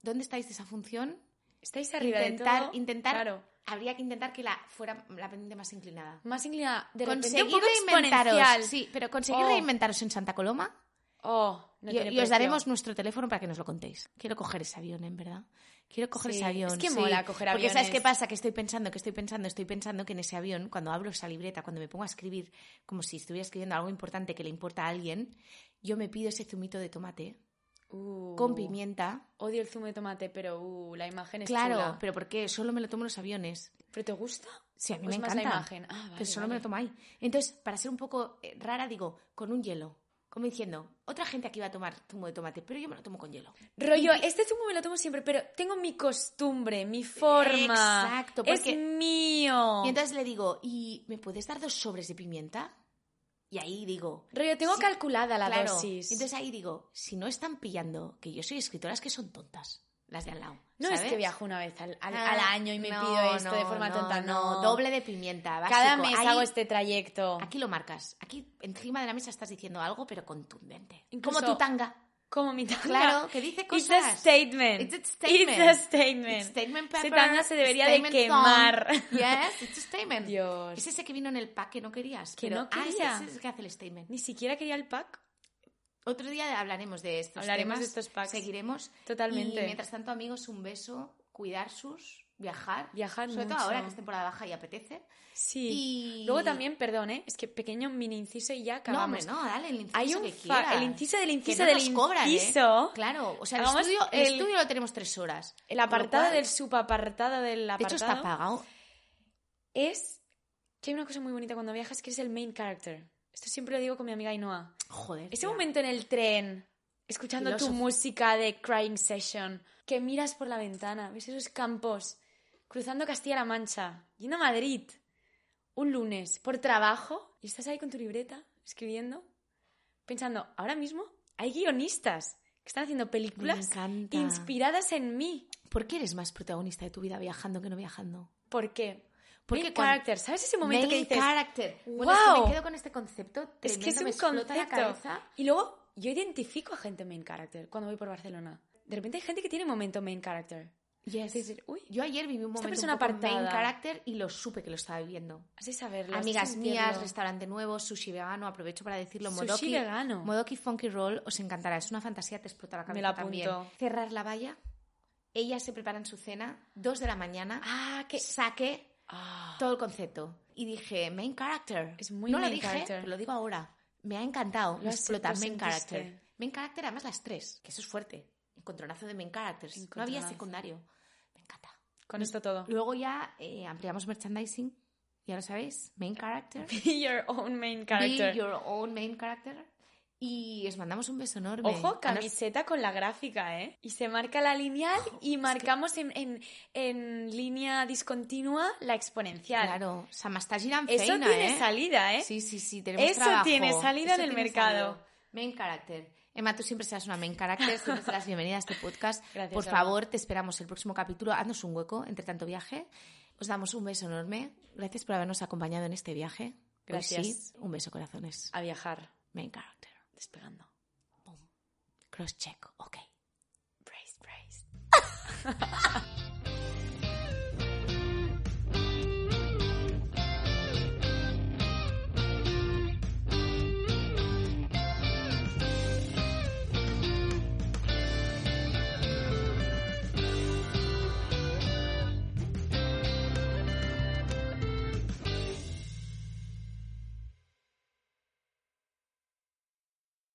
Speaker 1: ¿dónde estáis de esa función?
Speaker 2: Estáis arriba
Speaker 1: intentar,
Speaker 2: de todo.
Speaker 1: intentar,
Speaker 2: Claro.
Speaker 1: habría que intentar que la fuera la pendiente más inclinada.
Speaker 2: Más inclinada. De repente
Speaker 1: conseguir
Speaker 2: un poco exponencial.
Speaker 1: reinventaros, sí, pero conseguir
Speaker 2: Oh.
Speaker 1: reinventaros en Santa Coloma
Speaker 2: Oh, no
Speaker 1: y,
Speaker 2: tiene
Speaker 1: y os
Speaker 2: precio.
Speaker 1: daremos nuestro teléfono para que nos lo contéis. Quiero coger ese avión, en verdad. Quiero coger
Speaker 2: Sí,
Speaker 1: ese avión.
Speaker 2: es que
Speaker 1: sí.
Speaker 2: mola coger
Speaker 1: Porque ¿sabes
Speaker 2: aviones.
Speaker 1: qué pasa? Que estoy pensando, que estoy pensando, estoy pensando que en ese avión, cuando abro esa libreta, cuando me pongo a escribir, como si estuviera escribiendo algo importante que le importa a alguien, yo me pido ese zumito de tomate
Speaker 2: Uh,
Speaker 1: con pimienta.
Speaker 2: Odio el zumo de tomate, pero uh, la imagen es
Speaker 1: claro,
Speaker 2: chula.
Speaker 1: pero ¿por qué? Solo me lo tomo en los aviones.
Speaker 2: ¿Pero te gusta?
Speaker 1: Sí, a mí
Speaker 2: ¿O
Speaker 1: me
Speaker 2: es más
Speaker 1: encanta.
Speaker 2: la imagen? Ah, vale,
Speaker 1: pero solo me
Speaker 2: vale.
Speaker 1: lo tomo ahí. Entonces, para ser un poco eh, rara, digo, con un hielo. Como diciendo, otra gente aquí va a tomar zumo de tomate, pero yo me lo tomo con hielo.
Speaker 2: Rollo, este zumo me lo tomo siempre, pero tengo mi costumbre, mi forma.
Speaker 1: Exacto,
Speaker 2: Es
Speaker 1: porque-
Speaker 2: mío.
Speaker 1: Y entonces le digo, ¿y me puedes dar dos sobres de pimienta? Y ahí digo,
Speaker 2: Rollo, tengo
Speaker 1: Sí,
Speaker 2: calculada la
Speaker 1: claro.
Speaker 2: dosis.
Speaker 1: Y entonces ahí digo, si no están pillando que yo soy escritora, es que son tontas, las de al lado.
Speaker 2: no es
Speaker 1: ¿sabes?
Speaker 2: que viajo una vez al, al-
Speaker 1: Ah,
Speaker 2: al año y me
Speaker 1: no,
Speaker 2: pido esto de
Speaker 1: no,
Speaker 2: forma
Speaker 1: no,
Speaker 2: tonta. No,
Speaker 1: doble de pimienta. Básico.
Speaker 2: Cada mes
Speaker 1: Ahí-
Speaker 2: hago este trayecto.
Speaker 1: Aquí lo marcas. Aquí encima de la mesa estás diciendo algo, pero contundente.
Speaker 2: Incluso-
Speaker 1: Como tu tanga.
Speaker 2: Como mi tanga.
Speaker 1: Claro, que dice
Speaker 2: It's a
Speaker 1: cosas.
Speaker 2: statement.
Speaker 1: It's a statement.
Speaker 2: It's a statement.
Speaker 1: It's statement
Speaker 2: Ese
Speaker 1: paper,
Speaker 2: tanga se debería de
Speaker 1: statement song.
Speaker 2: quemar.
Speaker 1: Yes, it's a statement.
Speaker 2: Dios.
Speaker 1: Es ese que vino en el pack que no querías.
Speaker 2: Que
Speaker 1: pero,
Speaker 2: no
Speaker 1: ah, ese-
Speaker 2: quería.
Speaker 1: ese es el que hace el statement.
Speaker 2: Ni siquiera quería el pack.
Speaker 1: Otro día hablaremos de estos
Speaker 2: Hablaremos
Speaker 1: temas,
Speaker 2: de estos packs.
Speaker 1: Seguiremos.
Speaker 2: Totalmente.
Speaker 1: Y mientras tanto, amigos, un beso, cuidar sus, viajar.
Speaker 2: Viajad
Speaker 1: Sobre todo
Speaker 2: mucho.
Speaker 1: ahora que es temporada baja y apetece.
Speaker 2: Sí.
Speaker 1: Y...
Speaker 2: Luego también, perdón, ¿eh? es que pequeño mini inciso y ya
Speaker 1: No,
Speaker 2: acabamos.
Speaker 1: hombre, no, dale el inciso
Speaker 2: Hay un
Speaker 1: que
Speaker 2: fa-
Speaker 1: quieras.
Speaker 2: el inciso del
Speaker 1: Que
Speaker 2: inciso
Speaker 1: no
Speaker 2: del
Speaker 1: nos cobran, ¿eh?
Speaker 2: inciso.
Speaker 1: Claro, o sea, el
Speaker 2: Hagamos
Speaker 1: estudio, el
Speaker 2: el-
Speaker 1: estudio lo tenemos tres horas.
Speaker 2: El
Speaker 1: Con lo
Speaker 2: apartado
Speaker 1: cual-
Speaker 2: del subapartado del
Speaker 1: De hecho,
Speaker 2: apartado
Speaker 1: está pagado.
Speaker 2: es que hay una cosa muy bonita cuando viajas que es el main character. Esto siempre lo digo con mi amiga Ainhoa.
Speaker 1: Joder.
Speaker 2: Ese
Speaker 1: tía.
Speaker 2: momento en el tren, escuchando tu
Speaker 1: Filósofo.
Speaker 2: música de Crying Session, que miras por la ventana, ves esos campos, cruzando Castilla-La Mancha, yendo a Madrid, un lunes, por trabajo, y estás ahí con tu libreta, escribiendo, pensando, ahora mismo hay guionistas que están haciendo
Speaker 1: Me
Speaker 2: películas
Speaker 1: encanta.
Speaker 2: inspiradas en mí.
Speaker 1: ¿Por qué eres más protagonista de tu vida viajando que no viajando?
Speaker 2: ¿Por qué?
Speaker 1: Porque
Speaker 2: Main
Speaker 1: cuando-
Speaker 2: character, ¿sabes ese momento que
Speaker 1: Main
Speaker 2: dices?
Speaker 1: character. Bueno, es que
Speaker 2: "Wow".
Speaker 1: me quedo con este concepto. Tremendo,
Speaker 2: Es que es
Speaker 1: me
Speaker 2: un
Speaker 1: explota la
Speaker 2: concepto.
Speaker 1: cabeza.
Speaker 2: Y luego yo identifico a gente main character cuando voy por Barcelona. De repente hay gente que tiene momento main character.
Speaker 1: Yes.
Speaker 2: Es decir, uy,
Speaker 1: Yo ayer viví un
Speaker 2: Esta
Speaker 1: momento
Speaker 2: persona
Speaker 1: un poco main
Speaker 2: apartada.
Speaker 1: character y lo supe que lo estaba viviendo.
Speaker 2: has de saberlo. has de
Speaker 1: Amigas
Speaker 2: sentirlo.
Speaker 1: mías, restaurante nuevo, sushi vegano, aprovecho para decirlo.
Speaker 2: Sushi
Speaker 1: Modoki,
Speaker 2: vegano.
Speaker 1: Modoki Funky Roll, os encantará. Es una fantasía, te explota la cabeza
Speaker 2: Me la
Speaker 1: también.
Speaker 2: apunto.
Speaker 1: Cerrar la valla. Ellas se preparan su cena, dos de la mañana.
Speaker 2: Ah, que
Speaker 1: Saque,
Speaker 2: Ah,
Speaker 1: todo el concepto. Y dije, main character.
Speaker 2: Es muy
Speaker 1: no lo
Speaker 2: main
Speaker 1: dije,
Speaker 2: character.
Speaker 1: pero lo digo ahora. Me ha encantado.
Speaker 2: Lo
Speaker 1: Me
Speaker 2: has-
Speaker 1: explota
Speaker 2: lo
Speaker 1: main
Speaker 2: sentiste.
Speaker 1: character. Main character, además las tres, que eso es fuerte. Encontronazo de main characters. No había
Speaker 2: Encontronazo.
Speaker 1: secundario. Me encanta.
Speaker 2: con esto todo.
Speaker 1: Luego ya eh, ampliamos merchandising. Ya lo sabéis, main character.
Speaker 2: Be your own main character.
Speaker 1: Be your own main character. Y os mandamos un beso enorme.
Speaker 2: Ojo,
Speaker 1: A no-
Speaker 2: camiseta con la gráfica, ¿eh? Y se marca la lineal y marcamos en, en- en línea discontinua la exponencial.
Speaker 1: Claro, o sea, me está girando
Speaker 2: Eso
Speaker 1: feina,
Speaker 2: tiene
Speaker 1: ¿eh?
Speaker 2: salida, ¿eh?
Speaker 1: Sí, sí, sí, tenemos
Speaker 2: Eso
Speaker 1: trabajo.
Speaker 2: tiene salida en el
Speaker 1: tiene
Speaker 2: mercado.
Speaker 1: salida. Main character. Emma, tú siempre serás una main character, siempre serás bienvenida a este podcast.
Speaker 2: Gracias,
Speaker 1: Por
Speaker 2: Alba.
Speaker 1: favor, te esperamos el próximo capítulo. Haznos un hueco entre tanto viaje. Os damos un beso enorme. Gracias por habernos acompañado en este viaje. Hoy
Speaker 2: Gracias.
Speaker 1: sí, un beso, corazones.
Speaker 2: A viajar,
Speaker 1: Main character.
Speaker 2: despegando.
Speaker 1: Cross check. Ok.
Speaker 2: Brace, brace.